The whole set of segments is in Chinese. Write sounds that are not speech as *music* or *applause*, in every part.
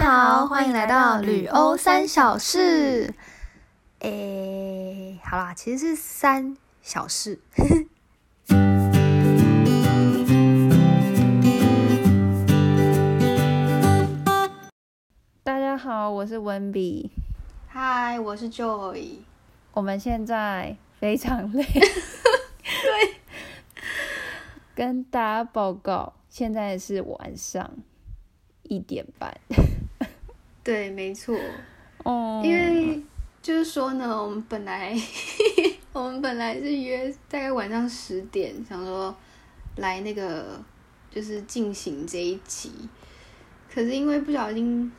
好，欢迎来到旅欧三小事。诶，好啦，其实是三小事。大家好，我是温比。嗨，我是 Joy。我们现在非常累， *laughs* 对，跟大家报告，现在是晚上一点半。对，没错，哦因为就是说呢，我们本来 *laughs* 我们本来是约大概晚上十点，想说来那个就是进行这一集，可是因为不小心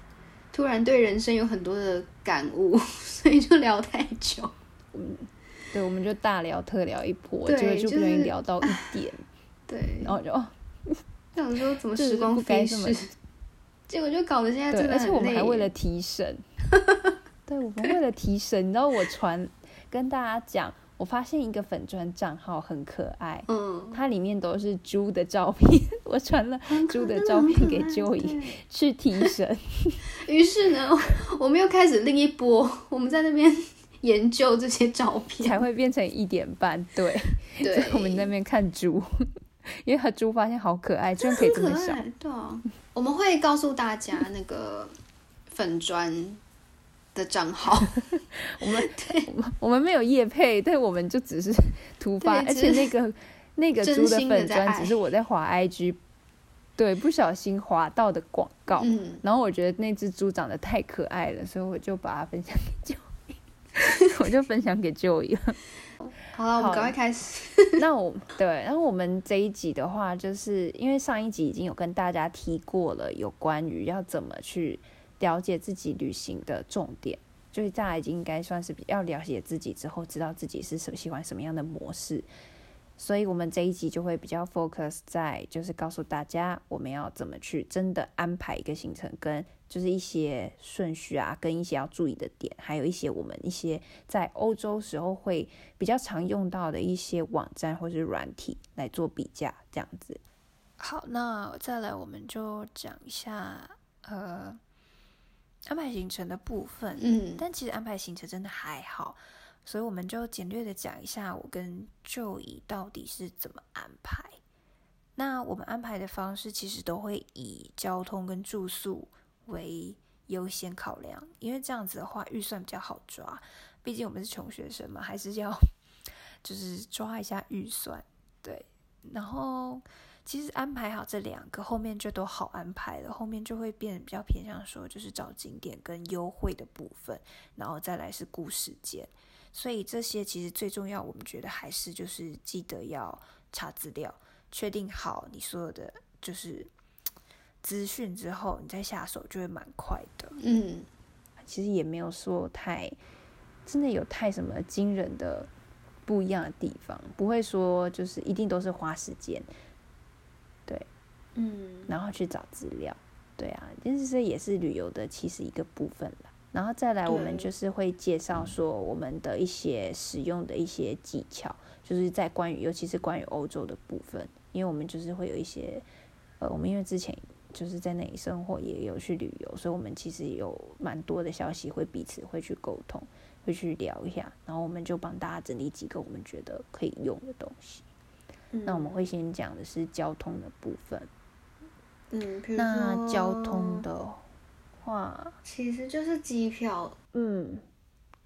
突然对人生有很多的感悟， *laughs* 所以就聊太久。对，我们就大聊特聊一波，对结果就不小就是心聊到一点，对，然后就哦，想说怎么就是时光不飞该这么逝， *laughs* 结果就搞得现在对，真的而且我很们累。还为了提神， *laughs* 对，我们为了提神，你知道我传跟大家讲，我发现一个粉砖账号很可爱，嗯，它里面都是猪的照片， *laughs* 我传了很可猪的真照很片可给爱 Joey 去提神。 *laughs* 对于是呢，我们又开始另一波，我们在那边研究这些照片。才会变成一点半，对，对所以，我们在那边看猪， *laughs* 因为它猪发现好可爱，居然可以这很么可小，爱， *laughs* 对啊，我们会告诉大家那个粉砖的账号。我们 *laughs* 我们没有夜配，但我们就只是突发，对而只且那个那个猪真心地粉在砖爱只是我在滑 IG，对，不小心滑到的广告，嗯，然后我觉得那只猪长得太可爱了，所以我就把它分享给 Joey，我就 *laughs* 分享给 Joey 了。好了，我们好赶快开始。 *laughs* 那我对，然后我们这一集的话，就是因为上一集已经有跟大家提过了，有关于要怎么去了解自己旅行的重点，就是大家已经应该算是比较了解自己之后，知道自己是什喜欢什么样的模式，所以我们这一集就会比较 focus 在就是告诉大家我们要怎么去真的安排一个行程，跟就是一些顺序啊，跟一些要注意的点，还有一些我们一些在欧洲时候会比较常用到的一些网站或是软体来做比价，这样子。好，那再来我们就讲一下呃安排行程的部分。嗯，但其实安排行程真的还好，所以我们就简略的讲一下我跟 Joey 到底是怎么安排。那我们安排的方式其实都会以交通跟住宿为优先考量，因为这样子的话预算比较好抓，毕竟我们是穷学生嘛，还是要 *laughs* 就是抓一下预算。对，然后其实安排好这两个，后面就都好安排了。后面就会变得比较偏向说，就是找景点跟优惠的部分，然后再来是顾时间。所以这些其实最重要，我们觉得还是就是记得要查资料，确定好你所有的就是资讯之后，你再下手就会蛮快的。嗯，其实也没有说太真的有太什么惊人的不一样的地方，不会说就是一定都是花时间，嗯，然后去找资料。对啊，但是这也是旅游的其实一个部分啦。然后再来，我们对就是会介绍说我们的一些使用的一些技巧，就是在关于尤其是关于欧洲的部分，因为我们就是会有一些，呃，我们因为之前就是在那里生活，也有去旅游，所以我们其实有蛮多的消息会彼此会去沟通，会去聊一下，然后我们就帮大家整理几个我们觉得可以用的东西。那我们会先讲的是交通的部分。嗯，比如那说交通的话，其实就是机票，嗯，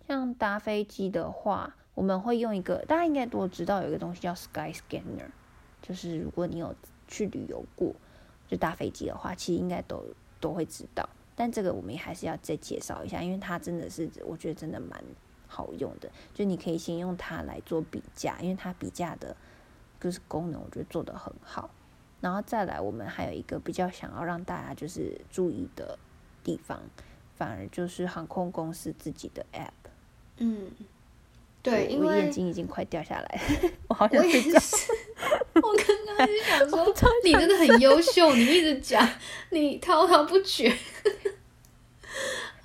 像搭飞机的话，我们会用一个，大家应该都知道有一个东西叫 Sky Scanner，就是如果你有去旅游过，就搭飞机的话，其实应该都都会知道。但这个我们也还是要再介绍一下，因为它真的是我觉得真的蛮好用的，就你可以先用它来做比价，因为它比价的就是功能，我觉得做得很好。然后再来，我们还有一个比较想要让大家就是注意的地方，反而就是航空公司自己的 app。嗯，对，我因我眼为睛已经快掉下来 *laughs* 了，我好我想也是，睡觉。我刚刚就想 *laughs* 说，你真的很优秀，你一直讲，你滔滔不 *laughs* 绝，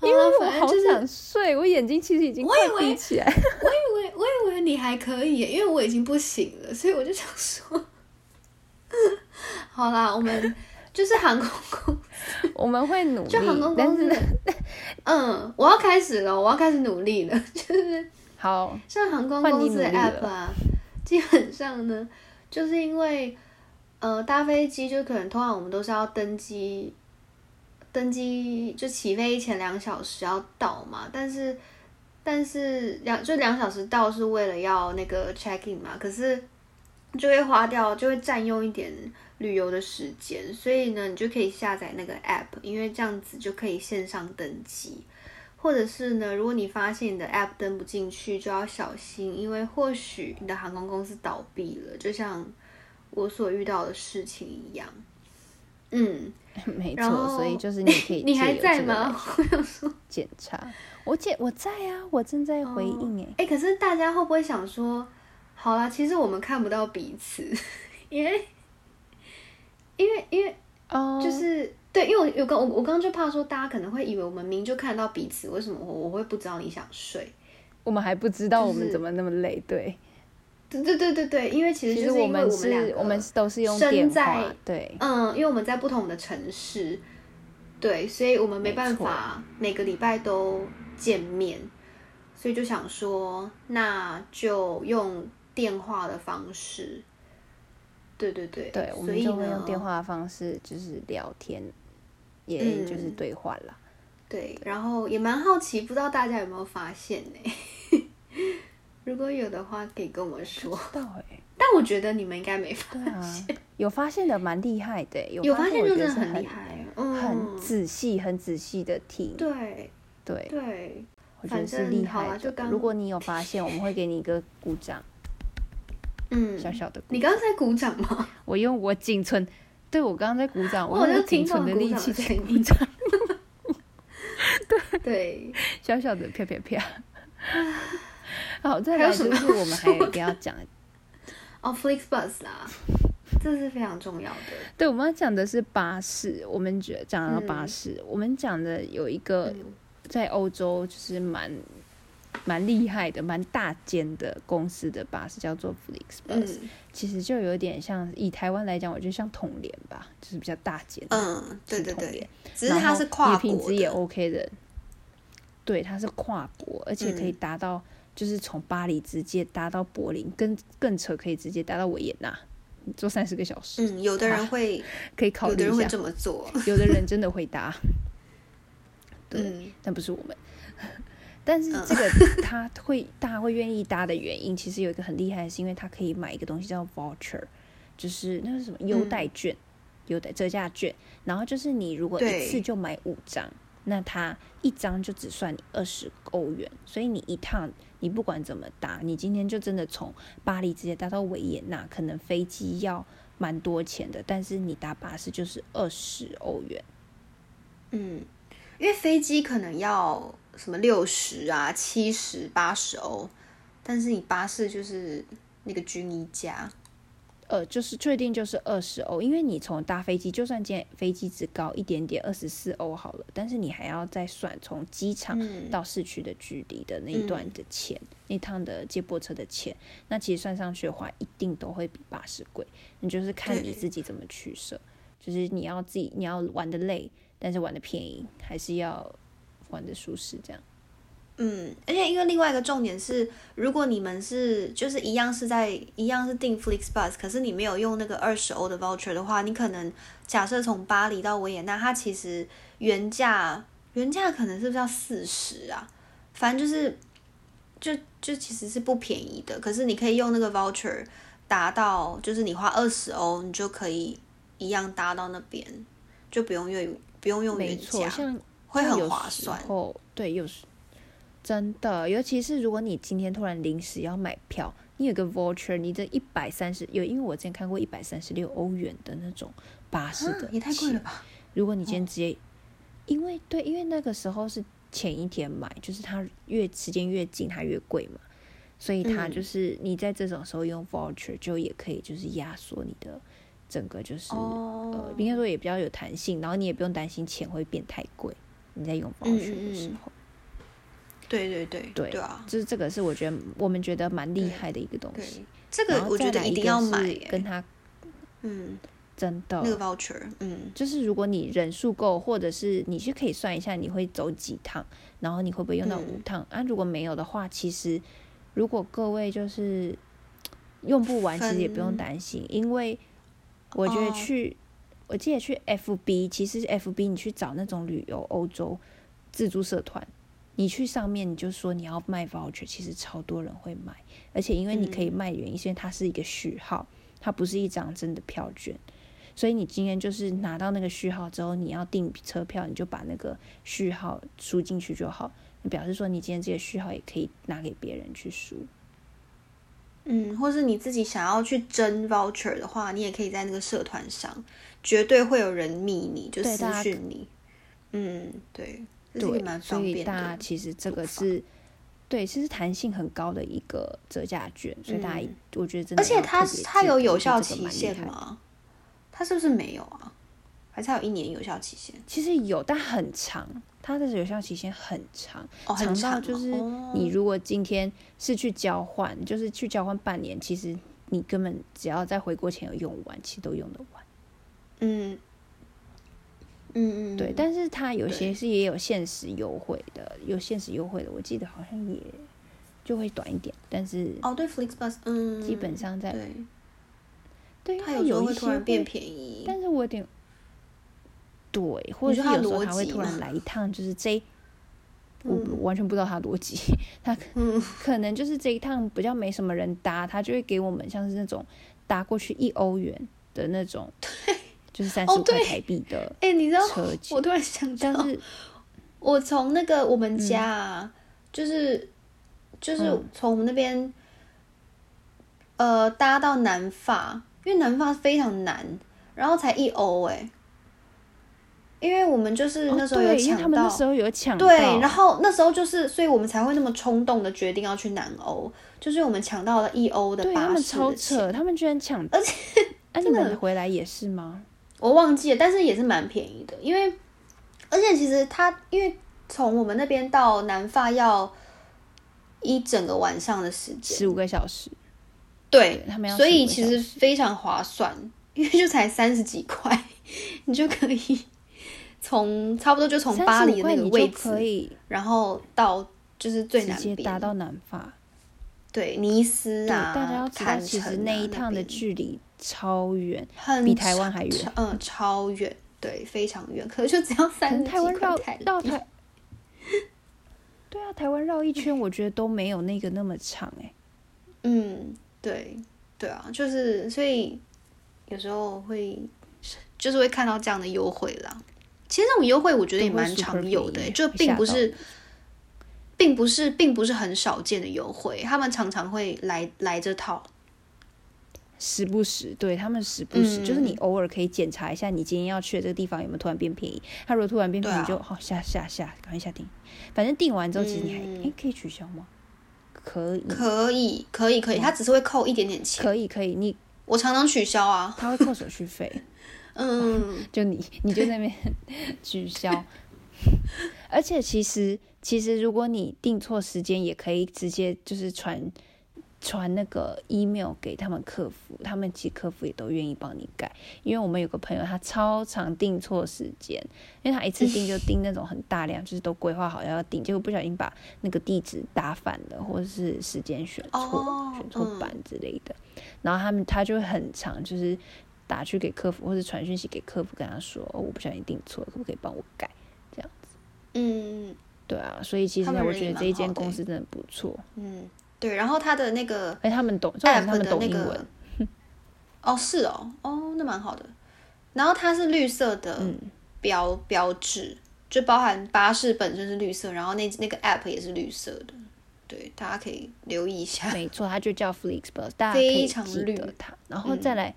因为好我啦反好正就是想睡，我眼睛其实已经快以为闭起来。 *laughs* 我以为我以为你还可以耶，因为我 *laughs* 已经不行了，所以我就想说，好啦，我们就是航空公，我们会努力，就航空但公司是的，嗯，我要开始了，我要开始努力了。 *laughs* 好， *laughs* 像航空换公你司努的力 app 了啊，基本上呢，就是因为呃搭飞机就可能通常我们都是要登机，登机就起飞前两小时要到嘛，但是但是两就两小时到是为了要那个 check in 嘛，可是就会花掉，就会占用一点旅游的时间，所以呢，你就可以下载那个 app，因为这样子就可以线上登机。或者是呢，如果你发现你的 App 登不进去，就要小心，因为或许你的航空公司倒闭了，就像我所遇到的事情一样。嗯，没然错，所以后就是你可 *laughs* 以你还借由在这个来吗？检查，我姐我在啊，我正在回应哎、哎、可是大家会不会想说，好啦，其实我们看不到彼此， *laughs* 因为因为因为哦、就是对，因为我有刚我我刚刚就怕说大家可能会以为我们明明就看得到彼此，为什么我我会不知道你想睡？我们还不知道就我们是怎么那么累，对，对对对对对，因为其实其就实是因为们我们两是个我们是都是用身电话在，对，嗯，因为我们在不同的城市，对，所以我们没没办错法每个礼拜都见面，所以就想说，那就用电话的方式。对对对，对，我所们以就会呢用，电话的方式就是聊天，也就是嗯对话啦。对，然后也蛮好奇，不知道大家有没有发现呢、 *laughs* 如果有的话，可以跟 *laughs* 我说。到哎、但我觉得你们应该没发，对啊，有发现的蛮厉害 *laughs* 的欸、有有发发现现我就觉真得的是很很厉害，嗯，很仔细、很仔细的听，对对，对，我觉得反是正厉好啊害啦就的。刚如果你有发现，我们会给你一个鼓掌，嗯，小小的鼓 *laughs* 你刚刚在鼓掌吗？我用我仅存，对我刚刚在鼓掌，哦我用好我像仅听到存的鼓力掌气的在声鼓音掌， *laughs* 对，小小的啪啪 *laughs* 啪。好，再还有来什就么是要我们还说有一个要讲，哦，Flixbus 啦，这是非常重要的。对，我们要讲的是巴士。我们觉讲到巴嗯士，我们讲的有一个嗯在欧洲就是蛮蛮厉害的、蛮大间的公司的巴士，叫做 Flixbus，、嗯其实就有点像以台湾来讲，我觉得像统联吧，就是比较大间的，嗯，对对统联对，只是然它后是跨也品国质也的， OK 的，对，它是跨国，而且可以嗯达到、就是从巴黎直接搭到柏林，更更扯，可以直接搭到维也纳，坐三十个小时，嗯，有的人会，可以考有虑的人一会下。这么做，有的人真的会搭，对嗯但不是我们。 *laughs* 但是这个他会大家会愿意搭的原因，其实有一个很厉害，的是因为他可以买一个东西叫 voucher，就是那是什么优待券、优待折价券。然后就是你如果一对次就买五张，那他一张就只算你二十欧元，所以你一趟你不管怎么搭，你今天就真的从巴黎直接搭到维也纳，可能飞机要蛮多钱的，但是你搭巴士就是二十欧元。嗯，因为飞机可能要什么六十啊、七十、八十欧，但是你巴士就是那个军衣价，呃，就是确定就是二十欧，因为你从搭飞机，就算今天飞机只高一点点，二十四欧好了，但是你还要再算从机场嗯到市区的距离的那一段嗯的钱，那趟的接驳车的钱，那其实算上去的话，一定都会比巴士贵。你就是看你对自己怎么取舍，就是你要自己你要玩的累，但是玩的便宜，还是要玩的舒适这样。嗯，而且因为另外一个重点是，如果你们是就是一样是在一样是订 FlixBus，可是你没有用那个二十欧的 voucher 的话，你可能假设从巴黎到维也纳，它其实原价原价可能是不是要四十啊？反正就是就就其实是不便宜的，可是你可以用那个 voucher 达到，就是你花二十欧，你就可以一样搭到那边，就不用用不用用没原错，价，像会像很有划时算。候对，有时真的，尤其是如果你今天突然临时要买票，你有个 voucher，你这一百三十有，因为我之前看过一百三十六欧元的那种巴士的啊，也太贵了哦钱吧！如果你今天直接，因为对，因为那个时候是前一天买，就是它越时间越近，它越贵嘛，所以它嗯就是你在这种时候用 voucher 就也可以就是压缩你的整个就是、呃哦，应该说也比较有弹性，然后你也不用担心钱会变太贵。你在用嗯 voucher 的时嗯嗯候，对对对对啊，就是这个是我觉得我们觉得蛮厉对害的一个东对西。，这然个后我再觉得来一定个要是买、跟欸，它嗯，真的那个 voucher，嗯，就是如果你人数够，或者是你是可以算一下你会走几趟，然后你会不会用到五嗯趟、啊？如果没有的话，其实如果各位就是用不完，其实也不用分担心，因为我觉得哦去，我记得去 FB，其实 FB 你去找那种旅游欧洲自助社团。你去上面你就说你要卖 voucher，其实超多人会买，而且因为你可嗯以卖原因，是因为它是一个序号，它不是一张真的票券，所以你今天就是拿到那个序号之后，你要订车票，你就把那个序号输进去就好。你表示说你今天这个序号也可以拿给别人去输。嗯，或是你自己想要去争 voucher 的话，你也可以在那个社团上，绝对会有人密你，就对私大家讯你。嗯，对，这是一对个蛮，所方以便大家的。其实这做个法是，对，其实弹性很高的一个折价券，所以大家一、嗯我觉得真的而要特别且记得，它它有有效这个期蛮厉限害的？吗？它是不是没有啊？还是它有一年有效期限？其实有，但很长，它的有效期限很长，哦，很长长到哦就是哦你如果今天是去交换，就是去交换半年，其实你根本只要在回国前有用完，其实都用得完。嗯嗯嗯，对，但是它有些对是也有限时优惠的，有限时优惠的，我记得好像也就会短一点，但是哦对，FlixBus，嗯，基本上在、对，对，它因为有时候有会一突些然变会，便宜。但是我有点对，或说者是它有时候逻它会辑突然吗来一趟，就是这一我嗯完全不知道它逻辑，它嗯可能就是这一趟比较没什么人搭，它就会给我们像是那种搭过去一欧元的那种，就是三十哦五块对台币的哎、你知道，车钱，我突然想但到，是我从那个我们家、啊就是就是嗯从我们那边，呃，搭到南法，因为南法非常难，然后才一欧哎、因为我们就是那时候哦、有对，因为他抢们到，那时候有抢到，对，然后那时候就是，所以我们才会那么冲动的决定要去南欧，就是我们抢到了一欧的对他巴们士超的钱扯，他们居然抢，而且啊，你真的们回来也是吗？我忘记了，但是也是蛮便宜的，因为而且其实它因为从我们那边到南发要一整个晚上的时间，十五个小时，对，他们要所以15其个实小时非常划算，因为就才三十几块， *laughs* 你就可以从差不多就从巴35黎的块那个你位就置可，以然后到就是最直南接搭边，到南法。对，尼斯对，啊，大家要知道，坎其城实啊那一趟的边距离超远，很比台湾超还远。嗯，超远，对，非常远，可是就只要可三能十台几湾块绕台币 *laughs* 绕台，对啊，台湾绕一圈，我觉得都没有那个那么长哎、嗯，对，对啊，就是所以有时候会就是会看到这样的优惠啦。其实这种优惠我觉得也都会蛮 super 常有的、便宜就会并吓不到是，并不是，并不是很少见的优惠，他们常常会来来这套。时不时，对他们时不时，就是你嗯偶尔可以检查一下，你今天要去的这个地方有没有突然变便宜。它如果突然变便宜对啊你就，好、哦下下下，赶快下定。反正定完之后，其实你还哎、嗯诶可以取消吗？可以，可以，可以，可以，他只是会扣一点点钱，嗯可以，可以，你我常常取消 *laughs* 啊。他会扣手续费， *laughs* 嗯，就你你就在那边 *laughs* 取消。而且其实其实如果你定错时间，也可以直接就是传传那个 email 给他们客服，他们其实客服也都愿意帮你改。因为我们有个朋友，他超常订错时间，因为他一次订就订那种很大量，就是都规划好要订，结果不小心把那个地址打反了，或者是时间选错、哦选错版之类的。然后他们他就会很常就是打去给客服，或者传讯息给客服，跟他说、哦我不小心订错了，可不可以帮我改？嗯，对啊，所以其实他们我人觉也得蛮这一间好的公欸司真的不错，嗯，对，然后他的那个。而且他们懂，重点是 app 他们的懂那英文。 *laughs* 个，哦，是哦，哦，那蛮好的。然后它是绿色的嗯标、标志，就包含巴士本身是绿色，然后那那个 app 也是绿色的，对，大家可以留意一下。没错，它就叫 Flixbus，大家可以非常记绿嗯得它。然后再来，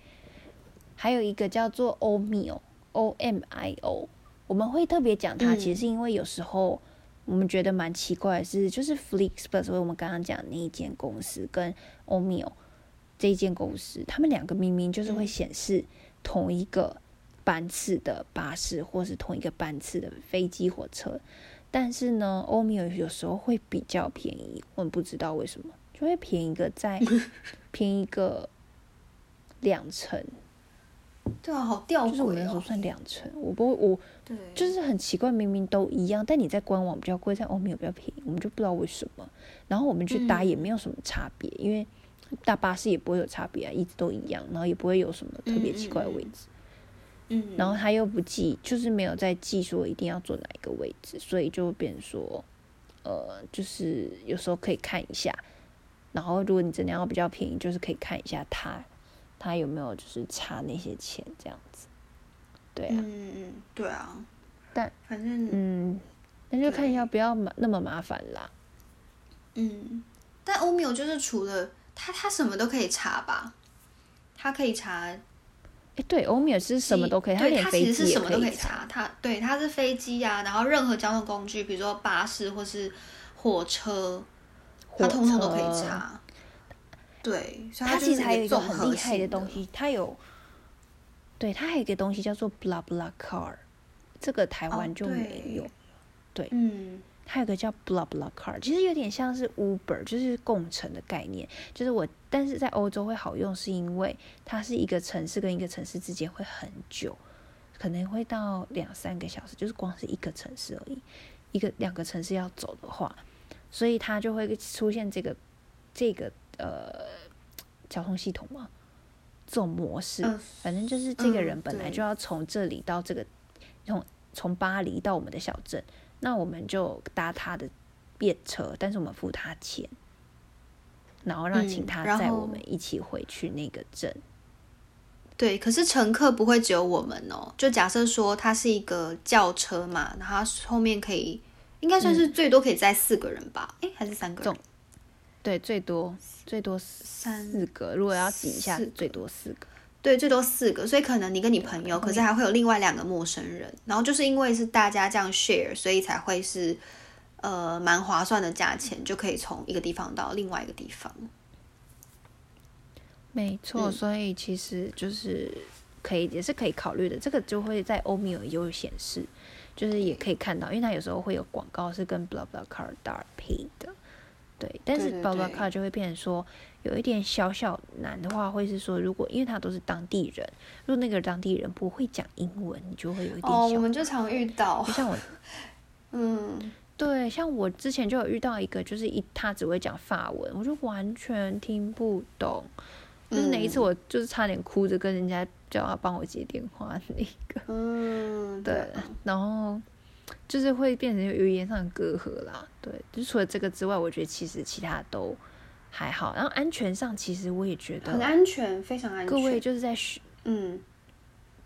还有一个叫做 Omio，O M I O，我们会特别讲它，嗯其实是因为有时候我们觉得蛮奇怪的是，就是 Flixbus，我们刚刚讲的那一间公司跟 Omio 这一间公司，他们两个明明嗯就是会显示同一个班次的巴士，或是同一个班次的飞机、火车。但是呢，欧米尔有时候会比较便宜，我们不知道为什么，*laughs* 就会便宜个在便宜个两成，对啊，好吊就是我们诡那时候哦。算两成，我不会，我对，就是很奇怪，明明都一样，但你在官网比较贵，在欧美比较便宜，我们就不知道为什么。然后我们去搭也没有什么差别，因为搭巴士也不会有差别啊，一直都一样，然后也不会有什么特别奇怪的位置。嗯，然后他又不记，就是没有再记说一定要坐哪一个位置，所以就变成说，呃，就是有时候可以看一下，然后如果你真的要比较便宜，就是可以看一下他他有没有就是差那些钱这样子，对啊，嗯嗯，对啊，但反正嗯，那就看一下不要麻那么麻烦啦，嗯，但欧米欧就是除了他，他什么都可以查吧，他可以查诶，对，欧米尔是什么机都可以，他对连他飞其实机是也什么都可以查，查，他对他是飞机啊，然后任何交通工具，比如说巴士或是火车，他火通通都可以车查。对，所以它就其是实还有个一个综很合厉害性的东，西，它有，对，它还有一个东西叫做 blah blah car，这个台哦湾就没有。。对对嗯它有个叫 blah blah car，其实有点像是 Uber，就是共乘的概念。就是我，但是在欧洲会好用，是因为它是一个城市跟一个城市之间会很久，可能会到两三个小时，就是光是一个城市而已，一个两个城市要走的话，所以它就会出现这个这个呃交通系统嘛，这种模式。嗯反正就是这个嗯人本来对就要从这里到这个，从从巴黎到我们的小镇，那我们就搭他的便车，但是我们付他钱，然后让嗯请他然载后我们一起回去那个镇。对，可是乘客不会只有我们哦。就假设说它是一个轿车嘛，然后它后面可以，应该算是最多可以载四个人吧？诶，还是三个人？嗯总对，最多最多三四个，如果要挤一下四个，最多四个。对，最多四个，所以可能你跟你朋友，可是还会有另外两个陌生人，然后就是因为是大家这样 share，所以才会是呃蛮划算的价钱，就可以从一个地方到另外一个地方。没错，嗯所以其实就是可以，也是可以考虑的。这个就会在欧米尔也有显示，就是也可以看到，因为它有时候会有广告是跟 blah blah car 搭配的。对，但是对对 blah blah 对 car 就会变成说有一点小小难的话，会是说如果因为他都是当地人，如果那个当地人不会讲英文，你就会有一点小。哦，我们就常遇到就，像我 *laughs* 嗯，对，像我之前就有遇到一个，就是一他只会讲法文，我就完全听不懂。就是哪一次嗯我就是差点哭着跟人家叫他帮我接电话那个，嗯， *laughs* 对，然后就是会变成有语言上的隔阂啦。对，就除了这个之外，我觉得其实其他都还好。然后安全上，其实我也觉很得安全，非常安全。各位就是在学嗯，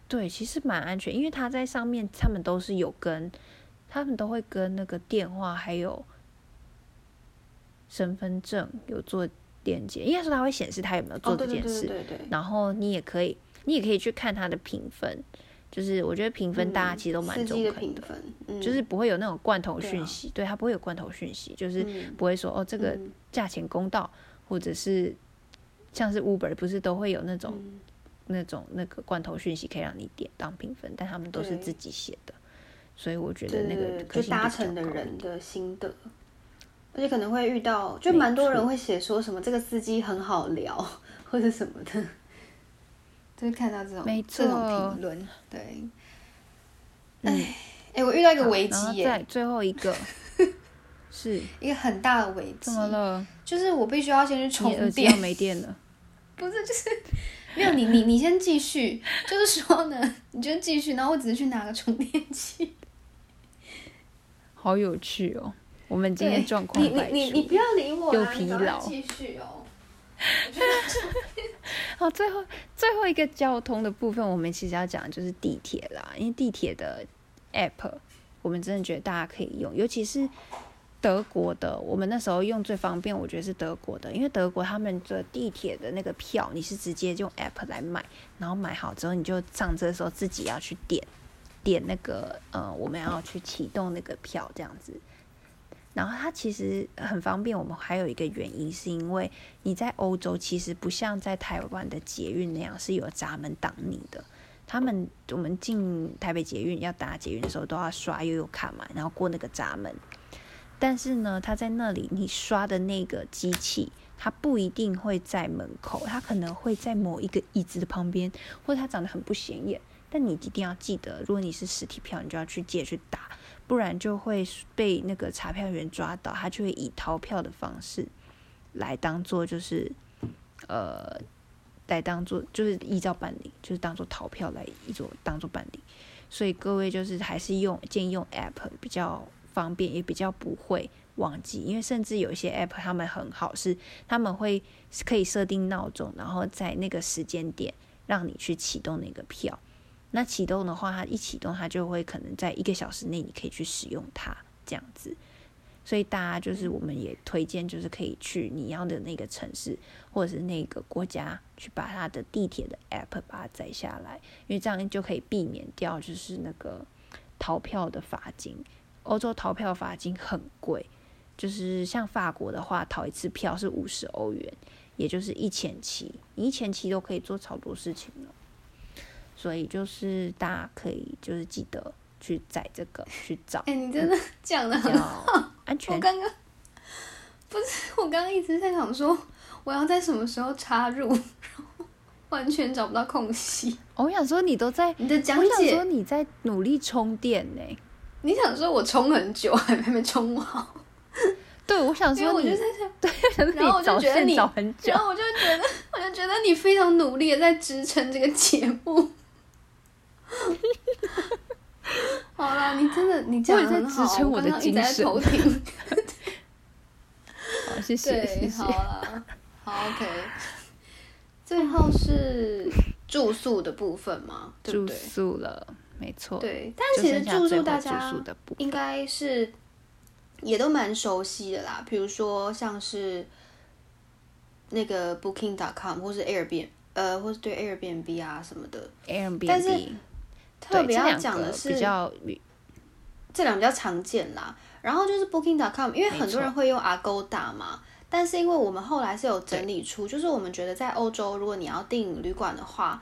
对，其实蛮安全，因为他在上面，他们都是有跟，他们都会跟那个电话还有身份证有做连接，应该说它会显示他有没有哦，做这对对件对事，对对对，然后你也可以，你也可以去看他的评分，就是我觉得评分大家嗯其实都蛮司中机的肯评的，分，嗯，就是不会有那种罐头对啊讯息，对,、它不会有罐头讯息，就是嗯不会说哦这个嗯价钱公道，或者是像是 Uber 不是都会有那种。嗯那种那个罐头讯息可以让你点当评分，但他们都是对自己写的，所以我觉对得那对个对可就信度搭比较乘的高人的心得，而且可能会遇到，就没蛮多人错会写说什么这个司机很好聊， *laughs* 或者什么的，就是看到这种没这种错评论，对，哎、嗯哎、我遇到一个好危然后机耶、再最后 *laughs* 一个是一个很大的危机，怎么了？就是我必须要先去你充耳机电要，没电了？不是，就是没有 *laughs* 你，你你先继续，就是说呢，你就继续，然后我只是去拿个充电器。好有趣哦！我们今天对状况你百你你你出不要理我、啊，又你疲赶快劳继续哦。 *laughs* 好，最后最后一个交通的部分，我们其实要讲的就是地铁啦，因为地铁的 app 我们真的觉得大家可以用，尤其是德国的，我们那时候用最方便，我觉得是德国的，因为德国他们的地铁的那个票，你是直接用 app 来买，然后买好之后你就上车的时候自己要去点点那个呃，我们要去启动那个票这样子。然后它其实很方便，我们还有一个原因是因为你在欧洲其实不像在台湾的捷运那样是有闸门挡你的。他们我们进台北捷运要搭捷运的时候都要刷悠游卡嘛，然后过那个闸门。但是呢，他在那里你刷的那个机器，它不一定会在门口，它可能会在某一个椅子的旁边，或者它长得很不显眼。但你一定要记得，如果你是实体票，你就要去借去打，不然就会被那个查票员抓到，他就会以逃票的方式来当做就是呃，来当做就是依照办理，就是当做逃票来一做当做办理。所以各位就是还是用建议用 app 比较方便，也比较不会忘记，因为甚至有一些 app 他们很好是他们会可以设定闹钟，然后在那个时间点让你去启动那个票。那启动的话，它一启动它就会可能在一个小时内你可以去使用它这样子。所以大家就是我们也推荐，就是可以去你要的那个城市或者是那个国家，去把它的地铁的 app 把它载下来，因为这样就可以避免掉就是那个逃票的罚金。欧洲逃票罚金很贵，就是像法国的话，逃一次票是五十欧元，也就是一千七，你一千七都可以做超多事情了。所以就是大家可以就是记得去载这个去找哎、你真的讲的很要 *laughs* 安全我刚刚不是，我刚刚一直在想说，我要在什么时候插入，然后完全找不到空隙。哦我想说你都在，你的讲我想说解，你在努力充电呢、你想说我冲很久还没冲好，对，我想因为说我就你，在想，然后我 *laughs* 就你找觉得线你找很久然，后我就觉得， *laughs* 我就觉得你非常努力的在支撑这个节目。好啦，你真的你讲的我也在很好，支撑我我的刚刚一直在精神 *laughs* 头顶。好，谢谢谢对，谢好。啦，好 OK。最后是住宿的部分嘛，对不住对？宿了，没错。，对，但其实住宿大家住宿的部分应该是也都蛮熟悉的啦，比如说像是那个 Booking.com 或是 Airbnb，呃，或是对 Airbnb 啊什么的。 Airbnb，但是特对别这要两讲个的是比较这两个比较常见啦。然后就是 Booking.com，因为很没多错人会用 Agoda 嘛，但是因为我们后来是有整理出，就是我们觉得在欧洲，如果你要订旅馆的话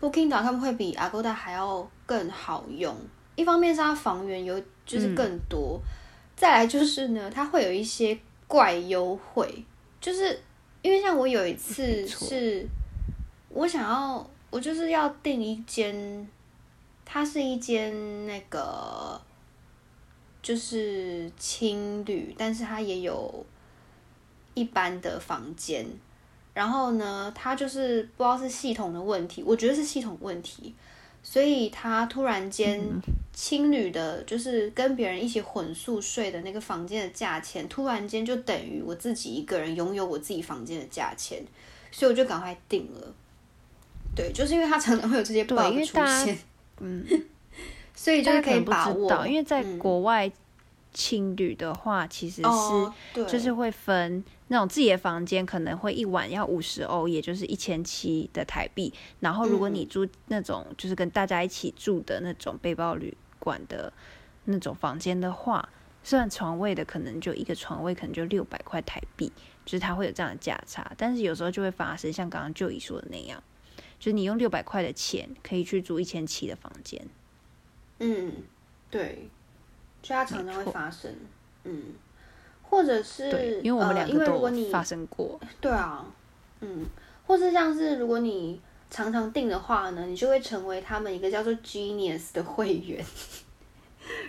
，Booking.com 会比 Agoda 还要更好用。一方面是它房源有就是嗯更多，再来就是呢，它会有一些怪优惠，就是因为像我有一次没错是，我想要我就是要订一间，它是一间那个就是青旅，但是它也有一般的房间。然后呢，它就是不知道是系统的问题，我觉得是系统问题，所以它突然间嗯青旅的，就是跟别人一起混宿睡的那个房间的价钱，突然间就等于我自己一个人拥有我自己房间的价钱，所以我就赶快订了。对，就是因为它常常会有这些 bug 对因为出大家现，嗯， *laughs* 所以就大是家可以能不把知握。道，因为在嗯国外青旅的话，其实是哦，对，就是会分那种自己的房间，可能会一晚要五十欧，也就是一千七的台币。然后嗯如果你住那种就是跟大家一起住的那种背包旅馆的那种房间的话，虽然床位的可能就一个床位可能就六百块台币，就是它会有这样的价差，但是有时候就会发生像刚刚就姨说的那样，就是你用六百块的钱可以去住一千七的房间。嗯，对，就它常常没会错发生，嗯，或者对是，因为我们两呃、因个为都如果有你发生过，对啊，嗯，或是像是如果你常常订的话呢，你就会成为他们一个叫做 Genius 的会员。 *laughs*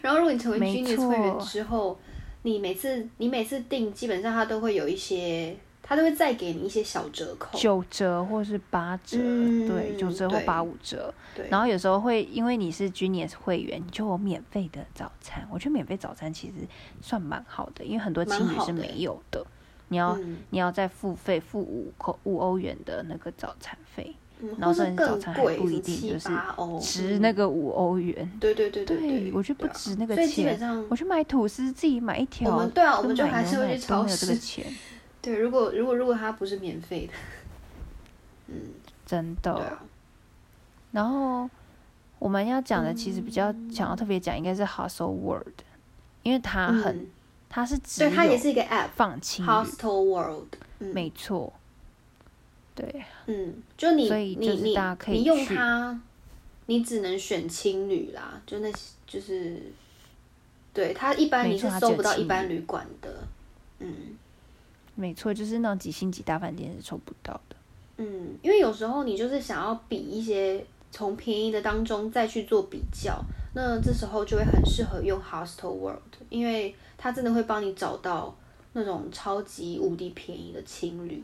然后，如果你成为没 Genius 会员错之后，你每次你每次订，基本上它都会有一些，它都会再给你一些小折扣。九折或是八折，嗯对，九折或对八五折。对，然后有时候会因为你是 Genius 会员，你就有免费的早餐。我觉得免费早餐其实算蛮好的，因为很多蛮情侣好是的没欸有的。你要、嗯你要再付费付五扣五欧元的那个早餐费，嗯，然后或是甚至早更餐还贵，不一是定七就是八欧，值嗯那个五欧元。对对对对，我觉得对啊不值那个所以基本钱。上我去买吐司，自己买一条，们对啊嗯我跟们就买还牛是会奶去都超没有这个市钱， *laughs* 对，如果如果如果它不是免费的，嗯，真的。对啊，然后我们要讲的其实比较嗯想要特别讲，应该是 Hustle World，因为它嗯很、它是只对，它也有是一个 app。放情侣， Hostel World，嗯，没错，对，嗯，就你所以你就是你大家可以你用去它，你只能选青旅啦，就那些就是对，它一般没你错是它只搜有不到一青般旅旅馆的，嗯。没错，就是那种几星级大饭店是抽不到的。嗯，因为有时候你就是想要比一些从便宜的当中再去做比较，那这时候就会很适合用 Hostel World，因为它真的会帮你找到那种超级无敌便宜的情侣，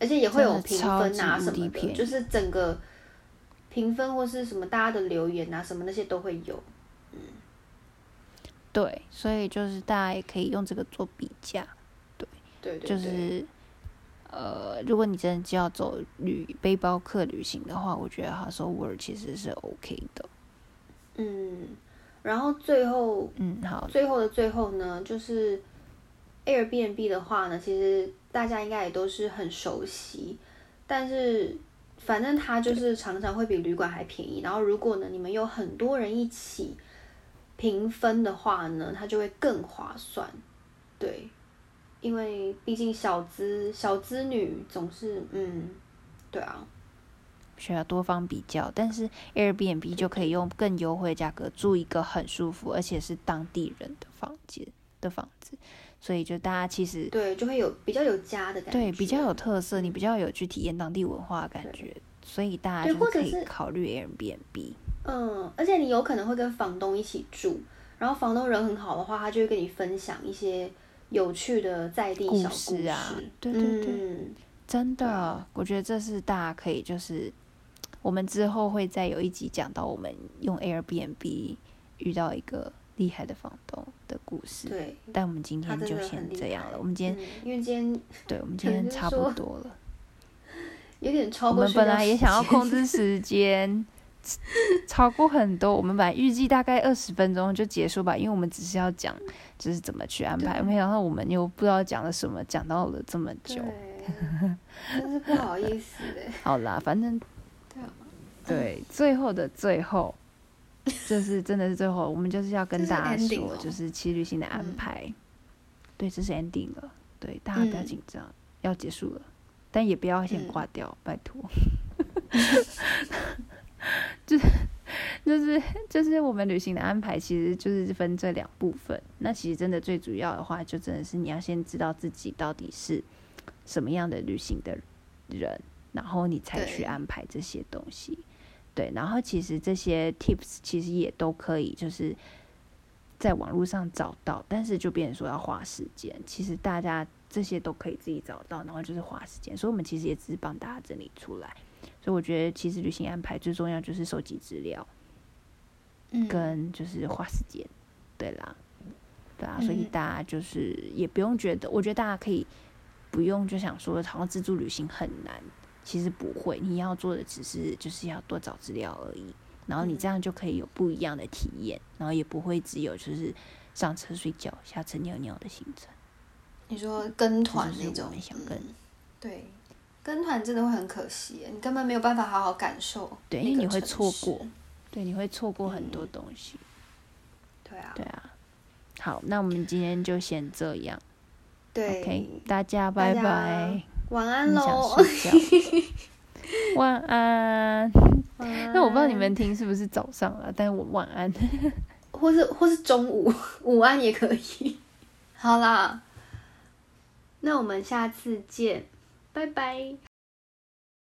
而且也会有评分啊真的超级无什敌么便的，宜就是整个评分或是什么大家的留言啊什么那些都会有。对，所以就是大家也可以用这个做比价，对对对，就是呃，如果你真的就要走旅背包客旅行的话，我觉得他说 Word 其实是 OK 的。嗯，然后最后嗯，好，最后的最后呢，就是 Airbnb 的话呢，其实大家应该也都是很熟悉，但是反正它就是常常会比旅馆还便宜。然后如果呢你们有很多人一起平分的话呢，它就会更划算。对，因为毕竟小资小资女总是嗯，对啊，需要多方比较，但是 Airbnb 就可以用更优惠的价格住一个很舒服，而且是当地人的房间的房子，所以就大家其实对，就会有比较有家的感觉，对比较有特色，你比较有去体验当地文化的感对觉，所以大家对就或者可以是考虑 Airbnb。嗯，而且你有可能会跟房东一起住，然后房东人很好的话，他就会跟你分享一些有趣的在地故小事啊事对对对嗯，真对的啊，我觉得这是大家可以就是，我们之后会再有一集讲到我们用 Airbnb 遇到一个厉害的房东的故事。对，但我们今他天真就的先很厉这样害了，我们今天嗯，因为今天 *laughs* 对，我们可今能天就是差不说多了。有点超我过们睡本觉来也时想要间控制时间，超过很多。我们本来预计大概二十分钟就结束吧，因为我们只是要讲就是怎么去安排。没想到我们又不知道讲了什么，讲到了这么久。对，真是不好意思哎，好啦，反正对啊对最后的最后，就是真的是最后，我们就是要跟这是大家 ending 说，哦就是七旅行的安嗯排。对，这是 ending 了，对大家不要嗯紧张，要结束了，但也不要先嗯挂掉，拜托。 *laughs* 就是就是就是我们旅行的安排，其实就是分这两部分。那其实真的最主要的话，就真的是你要先知道自己到底是什么样的旅行的人，然后你才去对安排这些东西。对，然后其实这些 tips 其实也都可以，就是在网络上找到，但是就变成说要花时间。其实大家这些都可以自己找到，然后就是花时间。所以我们其实也只是帮大家整理出来。所以我觉得，其实旅行安排最重要就是收集资料嗯，跟就是花时间，对啦，对啊，所以嗯大家就是也不用觉得，我觉得大家可以不用就想说好像自助旅行很难，其实不会，你要做的只是就是要多找资料而已，然后你嗯这样就可以有不一样的体验，然后也不会只有就是上车睡觉、下车尿尿的行程。你说跟团这就是那我种们，想跟嗯对，跟团真的会很可惜耶，你根本没有办法好好感受对那因为个你会城错市嗯过，对，你会错过很多东西。对啊，对啊，好，那我们今天就先这样对，OK，大家拜哎家拜。晚安你想喽，睡觉。 *laughs* 晚安。那那我不知道你们听是不是早上啊，但是我晚安。或是或是中午 *laughs* 午安也可以。好啦，那我们下次见，拜拜。